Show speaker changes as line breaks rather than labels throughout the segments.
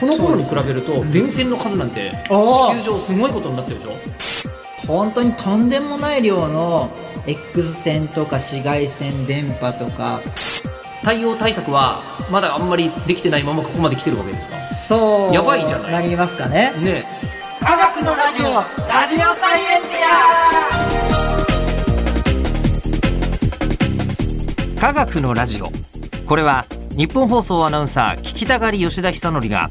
この頃に比べると電線の数なんて
あー
地球上すごいことになってるでしょ
本当にとんでもない量の X 線とか紫外線電波とか
太陽対策はまだあんまりできてないままここまで来てるわけですか
そう
やばいじゃない
なりますかね
ね
科学のラジオラジオサイエンティ
科学のラジオこれは日本放送アナウンサー聞きたがり吉田久典が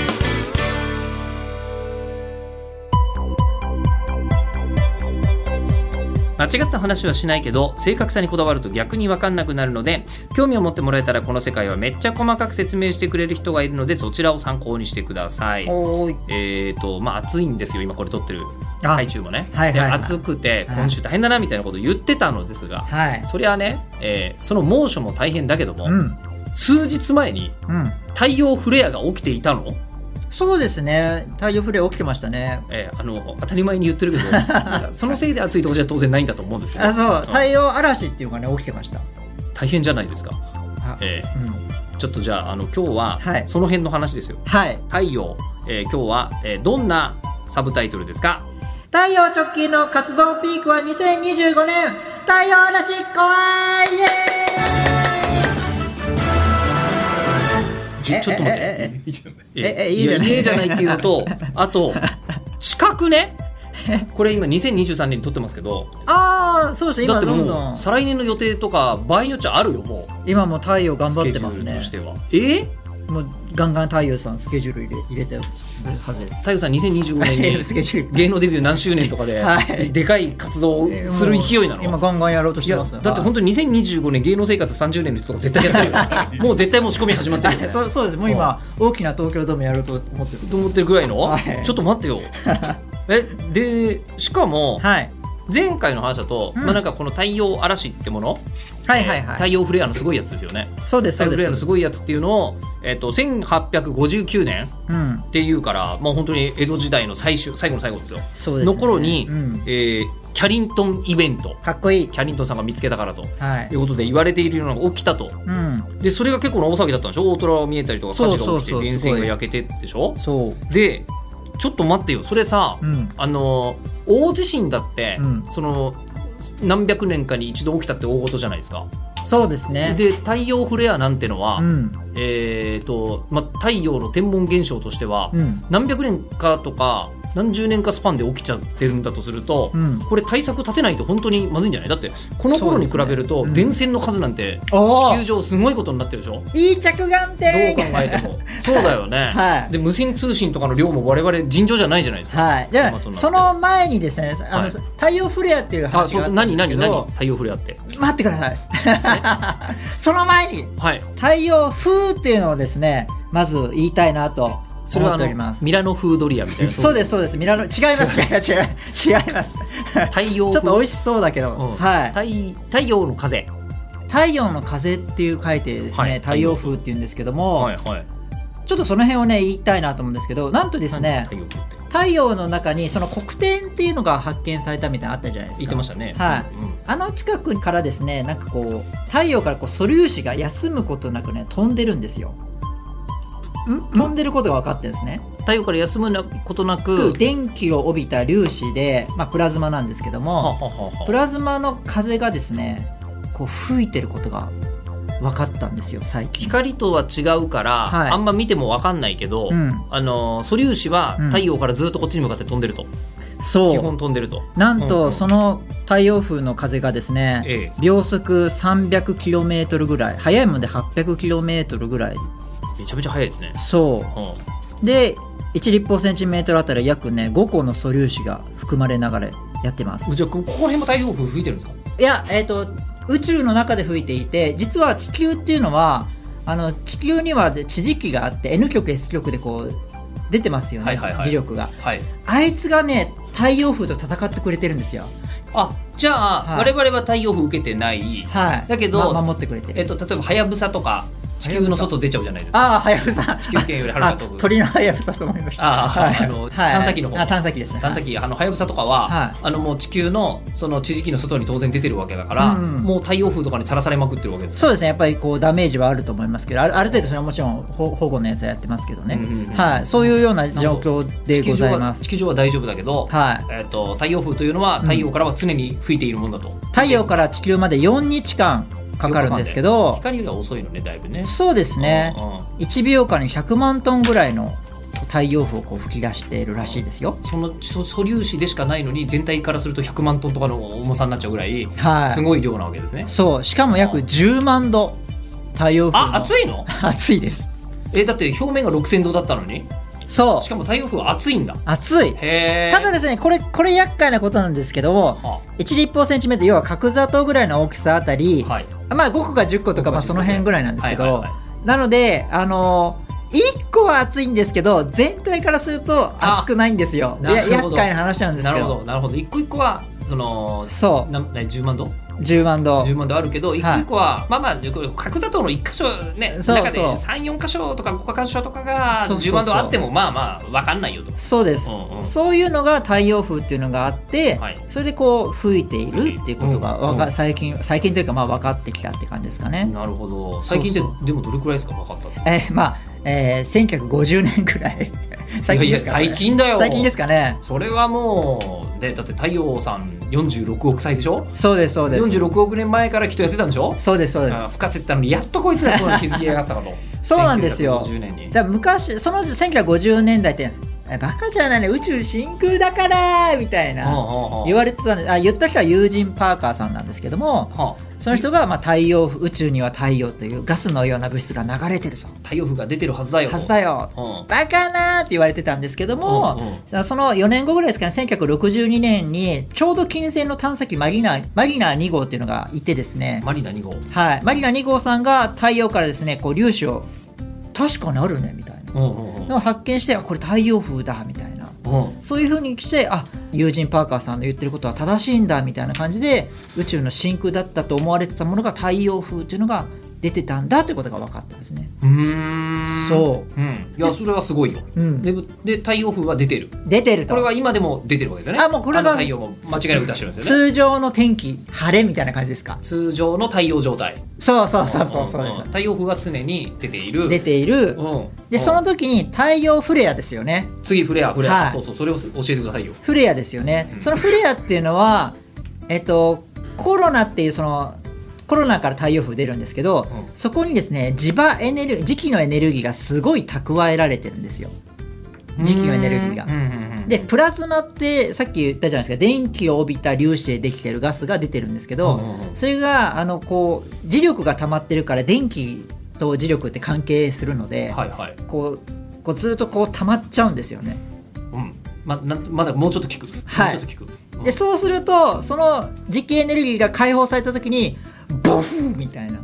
間違った話はしないけど正確さにこだわると逆に分かんなくなるので興味を持ってもらえたらこの世界はめっちゃ細かく説明してくれる人がいるのでそちらを参考にしてください。
おーい
えーとまあ、暑いんですよ今これ撮ってる
あ
最中もね、
はいはいはい
で暑くて
はい
今週大変だなみたいなことを言ってたのですが、
はい
そりゃね、えーその猛暑も大変だけども、
うんうん
数日前に太陽フレアが起きていたの、
そうですね太陽フレア起きてましたね
えーあの当たり前に言ってるけどなん かそのせいで暑いとこじゃ当然ないんだと思うんですけど
あそう
大
太陽嵐っていうのがね起きてました
大変じゃないですか
あ、
え
うん
ーちょっとじゃああの今日は、
はい
その辺の話ですよ
はい
太陽、えー今日は、えーどんなサブタイトルですか
太陽直近の活動ピークは2025年太陽嵐怖いイエ
ち
え
ちょっと待っ
え
て
えええいいじゃない
やいいじゃないっていうの とあと近くねこれ今2023年に撮ってますけど
ああそうですね
だっ
今
て
どんど
も
ん
う再来年の予定とか場合によっちゃあるよもう
今もう太陽頑張ってますね
スケジュールとしてはえ
もうガンガン太陽さんスケジュール入れ入れてるはずです
太陽さん2025年 に
スケジュール
芸能デビュー何周年とかで、
はい
でかい活動をする勢いなの、
今ガンガンやろうとし
い
て
や
ますよ
だって本当に2025年芸能生活30年の人とか絶対やってるよもう絶対もう仕込み始まってるよ、ね、
そうそうですもう今大きな東京ドームやろうと思ってる
と思ってるぐらいの、
はい
ちょっと待って よえでしかも
はい
前回の話だと、
うん
まあ、なんかこの太陽嵐ってもの、
はいはいは
太
い
陽フレアのすごいやつですよね
そうです
太
そ
陽
う
フ
で
レアのす
す
ごいやつっていうのを、えっと1859年
うん
っていうからもう本当に江戸時代の最終最後の最後ですよ、
そうですね
の頃に、
うん
えーキャリントンイベント
かっこいい
キャリントンさんが見つけたからと
はい
いうことで言われているようなのが起きたと
うん
でそれが結構な大騒ぎだったんでしょ大虎が見えたりとか火
そう
事
そ
が
う
起き
そ
て
う
電
す
線
ごい
が焼けてでしょ
そう
でちょっと待ってよそれさ、
うん
あの大地震だって、
うん
その何百年かに一度起きたって大事じゃないですか。
そうですね
で太陽フレアなんてのは、
うん
えーとま、太陽の天文現象としては、
うん
何百年かとか何十年かスパンで起きちゃってるんだとすると、
うん
これ対策立てないと本当にまずいんじゃないだってこの頃に比べると、
そうですねうん
電線の数なんて
おー
地球上すごいことになってるでしょどう考
いい着眼
え
点
てもそうだよね、
はい
で無線通信とかの量も我々尋常じゃないじゃないですか、
はい、じゃ
トマトになって
あその前にですねあの、
はい
太陽フレアっていう
あ
話
そ
があ
う
ったん
何
ですけ
何
ど
何太陽フレアって
待ってください その前に
はい
太陽風っていうのをですねまず言いたいなと
それ
思
はあ
っており
の
ます
ミラノ風ドリアみたいな
そうですそうですミラノ違います違い ます違います違います
太陽
ちょっと美
風
味しそうだけど、
うん
はい
太太陽の風
太陽の風っていう書いてですね、
はい
太陽風っていうんですけども、
いはい
ちょっとその辺をね言いたいなと思うんですけどなんとで
です
ね
太陽風って
太陽の中にその黒点っていうのが発見されたみたいなのあったじゃないですか
言ってましたね
はい
うんうん
あの近くからですねなんかこう太陽からこう素粒子が休むことなくね飛んでるんですよ飛んでることが分かってるんですね、
太陽から休むなことなく
電気を帯びた粒子で、まあ、プラズマなんですけど
はは
も
はは
プラズマの風がですねこう吹いてることが分かったんですよ最近
光とは違うから、
はい
あんま見ても分かんないけど、
うん
あのー素粒子は
うん
太陽からずっとこっちに向かって飛んでると、基
そ
本飛んでると
うなん
うんう
と
ん
その太陽風の風がですね、
え
秒速 300km ぐらい早いもので 800km ぐら
え
い
めちゃめちゃ早いですね、
そう
うん
で1立方センチメートルあたり約ね5個の素粒子が含まれながらやってます
じゃあここら辺も太陽風吹いてるんですか
いやえっ、と宇宙の中で吹いていて実は地球っていうのはあの地球にはで地磁気があって N 極 S 極でこう出てますよね、
はいはいはい
磁力が
はい
あいつがね太陽風と戦ってくれてるんですよ
あじゃあ、
はい
我々は太陽風受けてない、
はい、
だけど
ま守ってくれて
えっ
る
と、例えばはやぶさとか地球の外出ちゃうじゃないですか
ああはやぶさ
地球圏よりはるか飛ぶ
あ鳥のはやぶさと思いました
あああの探査機の方
あ探査機ですね
探査機あのはやぶさとかは、
はい
あのもう地球のその地磁気の外に当然出てるわけだから、
うん
もう太陽風とかにさらされまくってるわけです
そうですねやっぱりこうダメージはあると思いますけどあるある程度それはもちろん保保護のやつはやってますけどね、
うんうんうん
はい、そういうような状況で
地球
ご
上
ざい
は
ます
地球上は大丈夫だけど、
はい
えっと太陽風というのは太陽からは常に吹いているもんだと、
太陽から地球まで4日間かかるんですけど
光よりは遅いのねだいぶね
そうですね
うんうん
1秒間に100万トンぐらいの太陽風をこう吹き出しているらしいですよ
そのそ素粒子でしかないのに全体からすると100万トンとかの重さになっちゃうぐらい
はい
すごい量なわけですね、
そうしかも約10万度太陽風
あ
の
熱いの
暑いです
えだって表面が6000度だったのに
そ
し
う
かも太陽風は熱いんだ
暑い
へえ
ただですねこれこれ厄介なことなんですけど
は
1立方センチメートル要は角砂糖ぐらいの大きさあたり、
はい
まあ5個か10個
5個か10
とか、
個
まあ、その辺ぐらいなんですけど、
はいはいはい
なのであの1個は暑いんですけど全体からすると暑くないんですよい
なる
や
ほど
厄介な話なんです
な
け
る
ど
ほどなるほど一個一個はその
そ
なな10万度
う10万度
10万度あるけど一個一個は、まあまあ角砂糖の一箇所ね
そう
中で
そう
34箇所とか5箇所とかが
そうそうそう
10万度あってもまあまあわかんないよと。
そうです、
うんうん
そういうのが太陽風っていうのがあって、
はい
それでこう吹いているっていうことがわか、
うん
最近最近というかまあ分かってきたって感じですかね。
なるほど最近って
そう
でもどれくらいですか分かったの
えーまあ、えー、1950年くらい 最近
いや
で
い
す
や
か、ね、
最近だよ
最近ですかね
それはもうでだって太陽さん46億歳でしょ
そうですそうです
46億年前からきっとやってたんでしょ
そうですそうです
あ吹かせてたのにやっとこいつらこの気づきやがったかと
そうなんですよ
1950年に
だから昔その1950年代ってえバカじゃないね宇宙真空だからみたいな言
わ
われてたんであ言った人は友人パーカーさんなんですけどもその人が、まあ、太陽宇宙には太陽というガスのような物質が流れてるぞ
太陽風が出てるはずだよと
はずだよ
うん
バカなーって言われてたんですけども、
うんうん
その4年後ぐらいですかね1962年にちょうど金星の探査機マリナマリナ2号っていうのがいてですね、
マリナ2号
はい、マリナ2号さんが太陽からですねこう粒子を確かにあるねみたいな
うんうんうん
のを発見してあこれ太陽風だみたいな
うん
そういうふうにしてあ友人パーカーさんの言ってることは正しいんだみたいな感じで宇宙の真空だったと思われてたものが太陽風っていうのが出てたんだということが分かったんですね。
うーん、
そう
ん、いやそれはすごいよ、
うん
でで太陽風は出てる
出てると
これは今でも出てるわけですよね
あもうこれは
の太陽も間違いなく出してるんですよね
通常の天気晴れみたいな感じですか
通常の太陽状態
そうそうそうそうそうで
んんん
す
太陽風は常に出ている
出ている
うん、う
で
ん
その時に太陽フレアですよね
次フレアフレア、
はい
そうそうそれを教えてくださいよ
フレアですよね、
うん
そのフレアっていうのはえっとコロナっていうそのコロナから太陽風出るんですけど、
うん
そこにですね磁場エネルギー磁気のエネルギーがすごい蓄えられてるんですよ磁気のエネルギーが
うんうんうんうん
でプラズマってさっき言ったじゃないですか電気を帯びた粒子でできてるガスが出てるんですけど、
うんうんうん
それがあのこう磁力が溜まってるから電気と磁力って関係するので、
はいはい、
こうこうずっとこう溜まっちゃうんですよね。
うん、まなんまだもうちょっと聞く、
はい
もうちょっと聞く、うん
でそうするとその磁気エネルギーが解放された時にボフーみたいな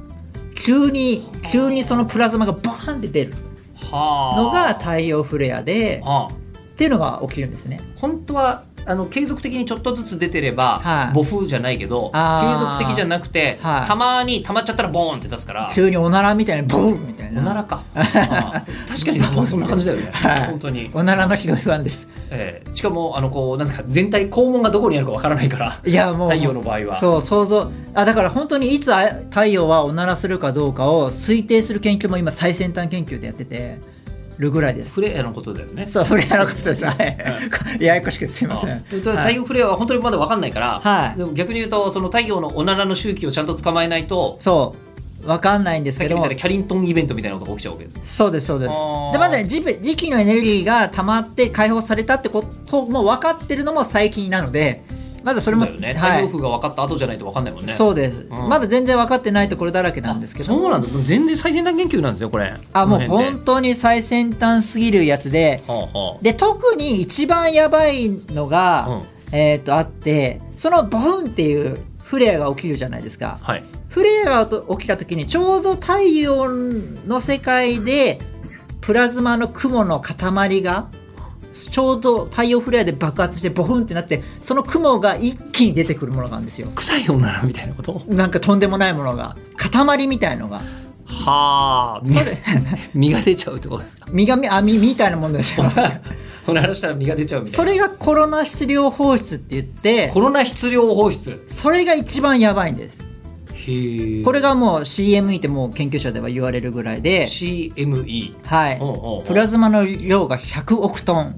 急に急にそのプラズマがバーンって出る
はあ
のが太陽フレアで
ああ
っていうのが起きるんですね。
本当はあの継続的にちょっとずつ出てれば、
はい
母風じゃないけど継
あー
続的じゃなくて、
はい
たまにたまっちゃったらボーンって出すから
急におならみたいなボーンみたいな。
おなら かあー確かにまあそんな感じだよね、
はい
本当に、
おならのひどい不安です。
ええしかもあのこうなんですか全体肛門がどこにあるかわからないから
いやもう
太陽の場合は
そう想像あだから本当にいつあ太陽はおならするかどうかを推定する研究も今最先端研究でやっててるぐらいです。
フレアのことだよね
そう、触れ合わなかったです。はい。 ややこしくてすいません。
あーで太陽フレアは本当にまだわかんないから、
はい
でも逆に言うとその太陽のおならの周期をちゃんと捕まえないと
そう、わかんないんです
さっ
け
きみた
ども
いな。キャリントンイベントみたいなことが起きちゃうわけです
そうです、そうです。
あー
で、まだ時時期のエネルギーが溜まって解放されたってことも分かってるのも最近なので、まだそれも、
だよね太
は
陽
い。
風が分かった後じゃないと分かんないもんね
そうです、
ん
まだ全然分かってないところだらけなんですけど
そうなんだ全然最先端研究なんですよこれ
あもう
この辺って
本当に最先端すぎるやつで
はあは
で特に一番やばいのが、えーっとあってそのボフンっていうフレアが起きるじゃないですか
あはい
フレアが起きた時にちょうど太陽の世界でプラズマの雲の塊がちょうど太陽フレアで爆発してボフンってなってその雲が一気に出てくるものがあるんですよ
臭い女みたいなこと
なんかとんでもないものが塊みたいのが
はあ
それ
身が出ちゃうってこと ですか
身がみ網みたいなもんです よ
この話したら身が出ちゃうみたいな
それがコロナ質量放出って言って
コロナ質量放出
それが一番やばいんです
へえ
これがもう CME ってもう研究者では言われるぐらいで
CME
はい
おうおうおう
プラズマの量が100億トン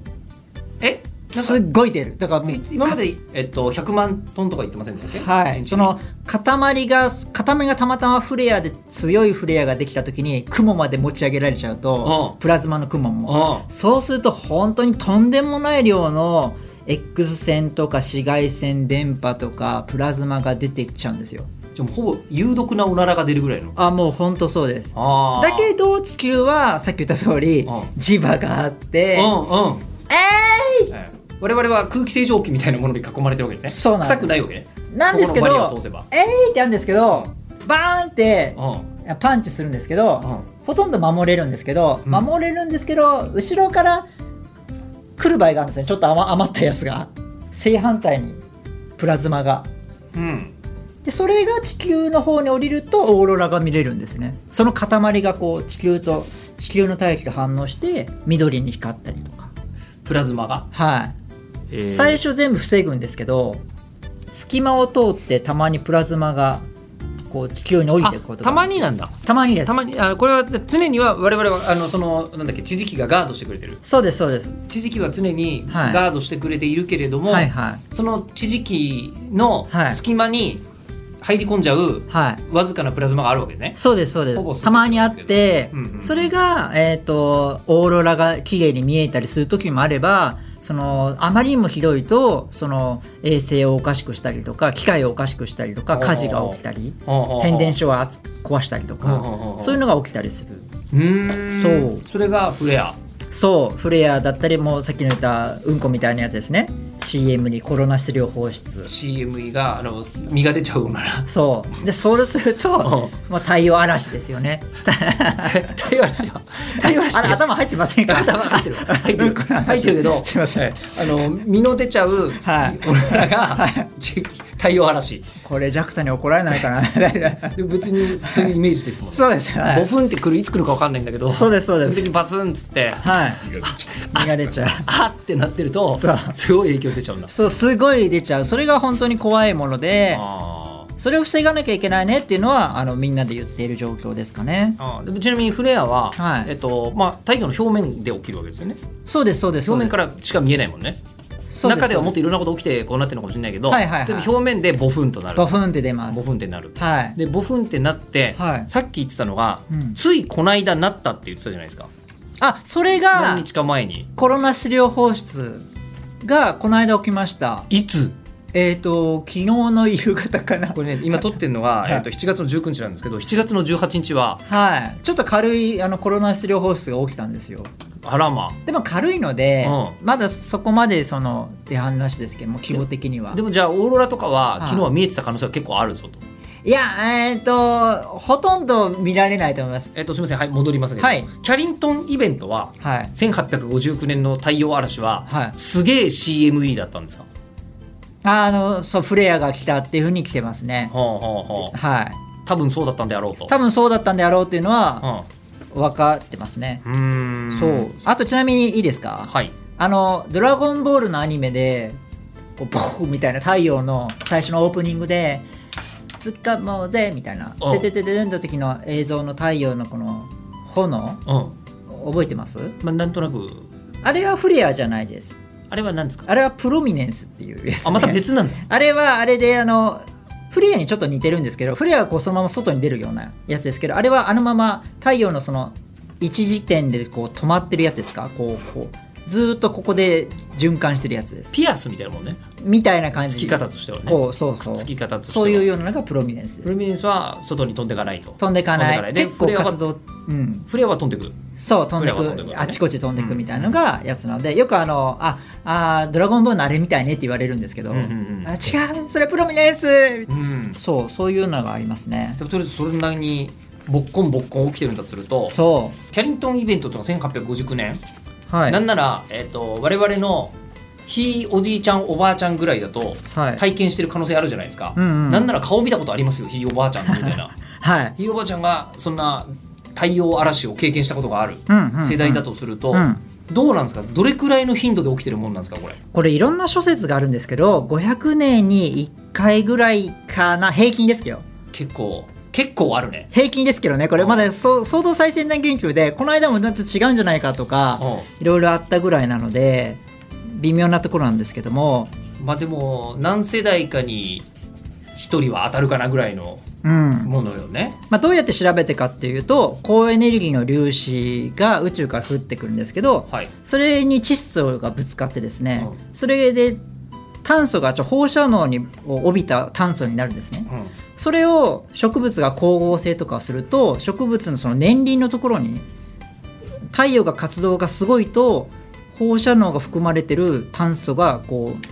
えなんか
すっごい出るだからもう
い今まで、えっと、100万トンとか言ってませんでしたっけ
はい、
一日
その塊が塊がたまたまフレアで強いフレアができた時に雲まで持ち上げられちゃうと
うん
プラズマの雲
う
も
ん
そうすると本当にとんでもない量の X 線とか紫外線電波とかプラズマが出てきちゃうんですよ
じゃあもうほぼ有毒なおならが出るぐらいの
あもう本当そうです
あ
だけど地球はさっき言った通り
うん
磁場があって
うんうん
え
はい我々は空気清浄機みたいなものに囲まれてるわけですね
そうなんです
臭くないわけね
ー、なんですけ
そこのバリアを
ど
通せば
えーってなんですけどバーンって
うんうん
パンチするんですけど、ほとんど守れるんですけど、
うん
守れるんですけど後ろから来る場合があるんですねちょっと余余ったやつが正反対にプラズマが
うん
でそれが地球の方に降りるとオーロラが見れるんですねその塊がこう地球と地球の大気と反応して緑に光ったりとか
プラズマが、
はい
えー
最初全部防ぐんですけど隙間を通ってたまにプラズマがこう地球に降りていく
あ
ことが
た
あ
ま
るんです
に
よ
なんだ
たまにです
たまにあこれは常には我々はあのそのなんだっけ地磁気がガードしてくれてる
そうですそうです
地磁気は常に
はい
ガードしてくれているけれども、
はいはい
その地磁気の
はい
隙間に入り込んじゃう
はい
わずかなプラズマがあるわけですね。
そうですそうで
ほぼ全
す
て
たまにあって、
うんうん
それが、えー、とオーロラが綺麗に見えたりする時もあればそのあまりにもひどいとその衛星をおかしくしたりとか機械をおかしくしたりとか
おー
火事が起きたり変
変
電所をあつ壊したりと
おー
か
おーおーおー
そういうのが起きたりする
うーん
そう
それがフレア
そうフレアだったりもうさっきの言ったうんこみたいなやつですね CM にコロナ質量放出
CME があの身が出ちゃうな ら
そうで そうするとまあ太陽嵐ですよね
太陽嵐は太陽嵐
あれ頭入ってません か
頭入 ってる入って
う
る
んこの話
入ってるけど
すいません
あの身の出ちゃう
はい
おならが地太陽嵐
これ JAXA に怒られないかな
で別にそういうイメージですもんね
そうですは
5
い、
分ってくるいつ来るか分かんないんだけど
そうですそうです
その時バツンっつって
はい、身が出ちゃう
あってなってると
そう
すごい影響出ちゃうんだ
そうすごい出ちゃうそれが本当に怖いもので
あー
それを防がなきゃいけないねっていうのはあのみんなで言っている状況ですかね
あーでもちなみにフレアは、
はい
えっとまあ、太陽の表面で起きるわけですよね
そうですそうです
表面からしか見えないもんね
そうす
中ではもっとい
そう
ろんなこと起きてこうなってるのかもしれないけど、
はいはいはい
とりあえず表面でボフンとな
す
る
バフンって出ます
ボフンってなる
はい
でボフンってなって、
はい
さっき言ってたのが、
うん
ついこの間なったって言ってたじゃないですか
あそれが
何日か前に
コロナ質量放出がこの間起きました
いつ
えっ、と昨日の夕方かな
これね今撮ってるのが、えっと7月の19日なんですけど7月の18日は
はいちょっと軽いあのコロナ質量放出が起きたんですよ
あらま
でも軽いので、
う
まだそこまでそのって話ですけども規模的には
でもじゃあオーロラとかは
はい
昨日は見えてた可能性は結構あるぞと。
いやえっ、とほとんど見られないと思います
えっとすみませんはい戻りますけど、
はい
キャリントンイベントは
はい
1859年の太陽嵐は、
はい
すげえ CME だったんですか。
あのそうフレアが来たっていうふうに来てますね
ほうほうほう
はい
多分そうだったんであろうと。
多分そうだったんであろうっていうのは
分
分かってますね
うん。うーん
そうあとちなみにいいですか
はい。
あの「ドラゴンボール」のアニメでこうボフみたいな太陽の最初のオープニングで「つかもうぜ」みたいな
うん
「でててててん」の時の映像の太陽のこの炎
うん。
覚えてます
まあなんとなく
あれはフレアじゃないです
あれは何ですか。
あれはプロミネンスっていうやつ、ね、
あまた別なんだ。
あれはあれであのフレアにちょっと似てるんですけどフレアはこうそのまま外に出るようなやつですけどあれはあのまま太陽のその一時点でこう止まってるやつですかこうこうずーっとここで循環してるやつです
ピアスみたいなもんね。
みたいな感
つき
じ
方としてはね。
こうそうそう
つき方としては。
そういうようなのがプロミネンス
プ
で
ル
す
ミネンスは外に飛んでいかないと。
飛んでかない
飛んでかないで
結構
フレアは
活動うん
フレアは飛んでくる。
そう飛んでく
フレアは飛んでくるね
あちこち飛んでくみたいなのがやつなので、よくあの「ああードラゴンボールのあれみたいね」って言われるんですけど、
うんうんうん
あ違うそれプロミネンス
うん。
そうそういうのがありますね
でもとりあえずそれなりにボッコンボッコン起きてるんだとすると
そ
キャリントンイベントとか1859年
うはい
なんなら、えー、と我々のひいおじいちゃんおばあちゃんぐらいだと
はい
体験してる可能性あるじゃないですか、
うんうん
なんなら顔見たことありますよひいおばあちゃんみたいな
はい
ひいおばあちゃんがそんな太陽嵐を経験したことがある
うんうんうん
世代だとすると、
うん
どうなんですかどれくらいの頻度で起きてるもんなんですかこれ
これいろんな諸説があるんですけど500年に1回ぐらいかな平均ですけど
結構結構あるね
平均ですけどねこれまだそ相当最先端研究でこの間もちょっと違うんじゃないかとか
う
いろいろあったぐらいなので微妙なところなんですけども
んまあでも何世代かに一人は当たるかなぐらいの
うん
ものよね
まあ、どうやって調べてかっていうと高エネルギーの粒子が宇宙から降ってくるんですけど
はい
それに窒素がぶつかってですね、それで炭素がちょ放射能にを帯びた炭素になるんですね
うん
それを植物が光合成とかをすると植物のその年輪のところに太陽が活動がすごいと放射能が含まれてる炭素がこう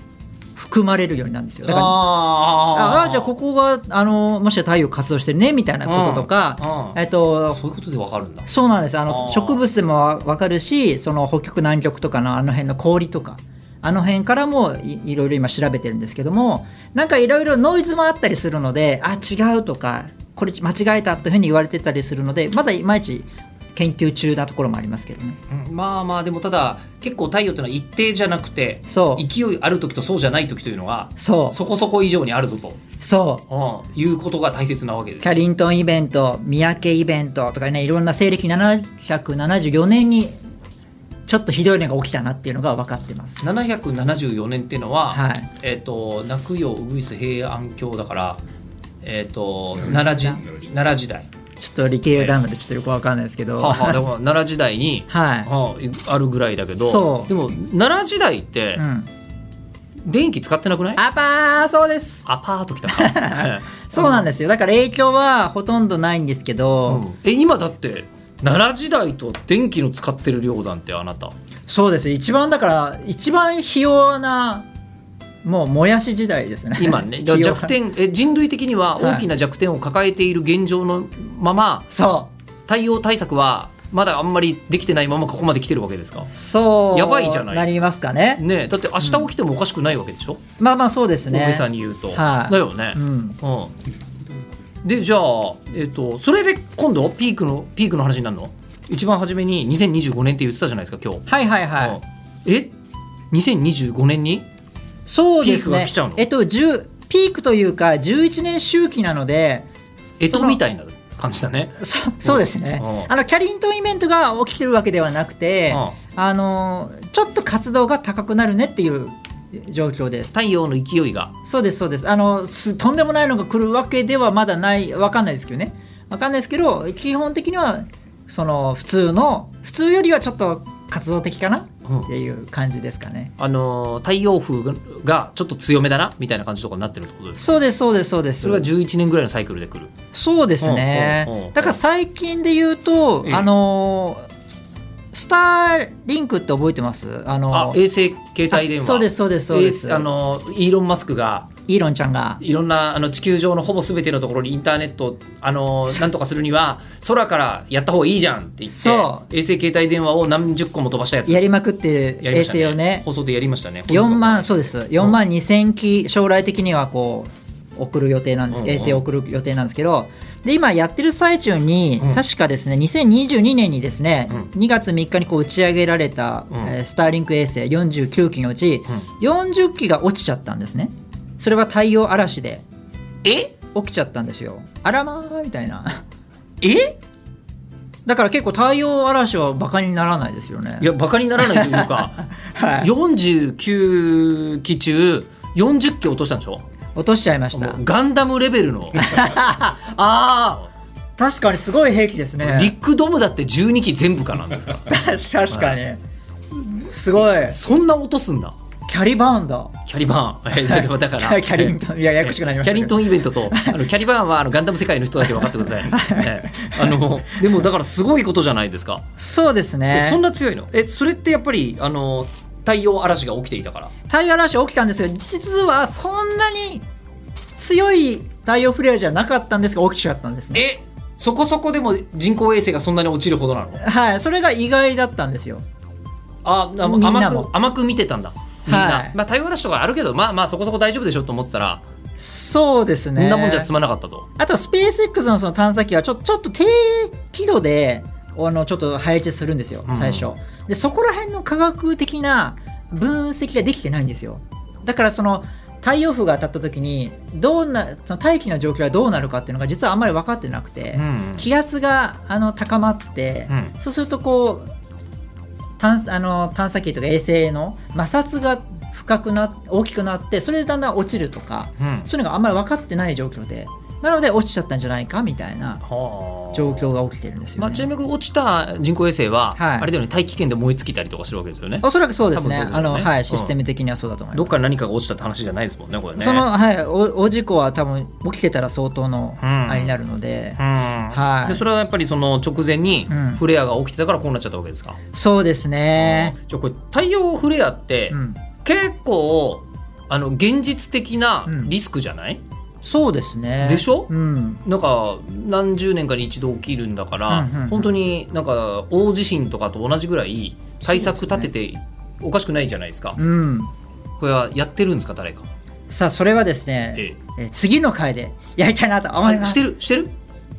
含まれるようになるんですよだから
あ
ああじゃあここがあのもしかしたら太陽活動してるねみたいなこととか、
こ
えっと、
そういうことでわかるんだ
そうなんですあの
あー
植物でもわわかるしその北極南極とかのあの辺の氷とかあの辺からもいいろいろ今調べてるんですけどもなんかいろいろノイズもあったりするのであ違うとかこれ間違えたというふうに言われてたりするのでまだいまいち研究中なところもありますけどね。
うんまあまあでもただ結構太陽ってのは一定じゃなくて
そう
勢いある時とそうじゃない時というのが
そう
そこそこ以上にあるぞと、
そう
うんいうことが大切なわけです
キャリントンイベント、三宅イベントとかね、いろんな西暦774年に、ちょっとひどいのが起きたなっていうのが分かってます。
774年っていうのは、
はい。
えっ、と泣くよウグイス平安京だからえっ、と奈良時奈良時代
ちょっと理系なのでちょっとよく分かんないですけど。
はあはあだから奈良時代 に、
は
はあ、あるぐらいだけど
そう
でも奈良時代って
い。うん。
電気使ってなくない、
アパー、そうです。
アパート来た か
そうなんですよ。だから影響はほとんどないんですけ
う
ど、
んえ今だって奈良時代と電気の使ってる量なんてあなた
そうです。一番だから、一番費用な、もうもやし時代ですね。
今 ねだから
費用
弱。点え人類的には大きな弱点を抱えている現状のまま
そ
対応対策はまだあんまりできてないままここまで来てるわけですか
う。そう。
やばいじゃないですか
りますかね。
ねえだって明日起きてもおかしくないわけでしょ、
まあまあそうですね。
大げさに言うと、
はい
だよね
う、ん。
うんでじゃあ、えっとそれで今度ピークのピークの話になるの一番初めに2025年って言ってたじゃないですか今日
はいはいはい。
い、え2025年に
そうで
ピー
す
クが
ね
来ちゃうの。
えっと、10ピークというか、11年周期なので、
干
そ
支
の
みたいな感じだね。
そそうですね、
うん
あのキャリントンイベントが起きてるわけではなくて、
うん
あのちょっと活動が高くなるねっていう状況です。
太陽の勢いが
そうですそうですあのすとんでもないのが来るわけではまだないわかんないですけどねわかんないですけど基本的にはその普通の普通よりはちょっと活動的かな
うん
っていう感じですかね。
あのー太陽風ががちょっと強めだなみたいな感じとかになってるってことです
そうですそうですそうです。
それが11年ぐらいのサイクルで来る
そうですね、
うんうんうん
だから最近で言うと、
ええ
あのースターリンクって覚えてますあ
あ
の
衛星携帯電話
そうですそうですそうです、
衛星あのーイーロン・マスクが
イーロンちゃんが
いろんなあの地球上のほぼ全てのところにインターネットをあのーなんとかするには空からやった方がいいじゃんって言って
そ
衛星携帯電話を何十個も飛ばしたやつ
やりまくってる
やり
衛
ました
星をね
放送でやりましたね
4万そうです4万2000機将来的にはこう送る予定なんです、
うんうん
衛星を送る予定なんですけどで今やってる最中に、
うん
確かですね2022年にですね、
うん
2月3日にこう打ち上げられた、
うん
えースターリンク衛星49機のうち、40機が落ちちゃったんですねそれは太陽嵐で
え
起きちゃったんですよあらまーみたいな
え
だから結構太陽嵐はバカにならないですよね
いやバカにならないというか、
はい
49機中40機落としたんでしょ
落としちゃいまし
も
た
うガンダムレベルの
あー確かにすごい兵器ですね
リックドムだって12機全部かなんですか
確かにすごい
そんな落とすんだ
キャリバーンだ
キャリバーンえだからだから
キャリントンいやややこしくなりました
キャリントンイベント とあのキャリバーンはあのガンダム世界の人だけ分かってください、ええあのでもだからすごいことじゃないですか、
そうです
え
ね
そんな強いのえそれってやっぱりあの太陽嵐が起きていたから
太陽嵐起きたんですよ実はそんなに強い太陽フレアじゃなかったんですが起きちゃったんですね
えそこそこでも人工衛星がそんなに落ちるほどなの
はいそれが意外だったんですよ
ああ
みんな
甘
も
く甘く見てたんだみんな、
はい
まあ対応嵐とかあるけどまあまあそこそこ大丈夫でしょと思ってたら、
そうです
こ
ね
んなもんじゃ進まなかったと
あとスペース X のその探査機はちょちょっと低軌道であのちょっと配置するんですよ
うん
最初、でそこら辺の科学的な分析ができてないんですよだからその太陽風が当たった時にどんなその大気の状況がどうなるかっていうのが実はあんまり分かってなくて、
うん
気圧があの高まって、
うん
そうするとこう探あの探査機とか衛星の摩擦が深くな大きくなってそれでだんだん落ちるとか
うん
そういうのがあんまり分かってない状況でなので落ちちゃったんじゃないかみたいな
はあ
状況が起きてるんですよ、ね
まあ、ちなみに落ちた人工衛星は、
はい
あれだよね大気圏で燃え尽きたりとかするわけですよね
おそらくそうですね
多分そうですよ
あ
ね
の、
う
は
ん
い、システム的にはそうだと思い
ど
ま
っから何かが落ちたって話じゃないですもんねこれ
す、
ね
その、はい、おお事故は多分起きてたら相当の
うん
あれになるので、
うん
はい
でそれはやっぱりその直前に
うん
フレアが起きてたからこうなっちゃったわけですか、
そうですね、
じゃあこれ太陽フレアって
うん、
結構あの現実的な
うん
リスクじゃない、
そうですね
でしょ
うん
なんか何十年かに一度起きるんだから、
うんうんうん
本当になんか大地震とかと同じぐらい対策立てておかしくないじゃないですか
うん
これはやってるんですか誰か
さあそれはですね、
え
えー次の回でやりたいなと思いま
あ
す
してるしてる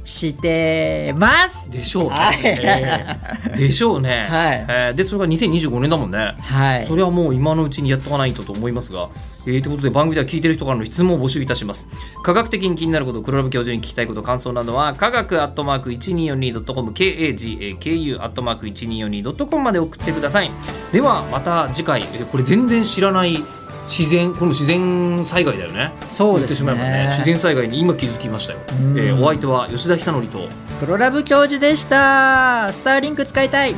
してます
でしょうね、
はい
ええでしょうね、
はい
ええでそれが2025年だもんね
はい
それはもう今のうちにやっとかないとと思いますが、えー、ということで番組では聞いてる人からの質問を募集いたします科学的に気になること黒ラブ教授に聞きたいこと感想などは科学アットマーク 1242.com kagaku アットマーク 1242.com まで送ってくださいではまた次回、えーこれ全然知らない自然この自然災害だよね
そう
言
ですね
ってしまえばね自然災害に今気づきましたよ、え
うん
ーお相手は吉田久典と
黒ラブ教授でしたスターリンク使いたい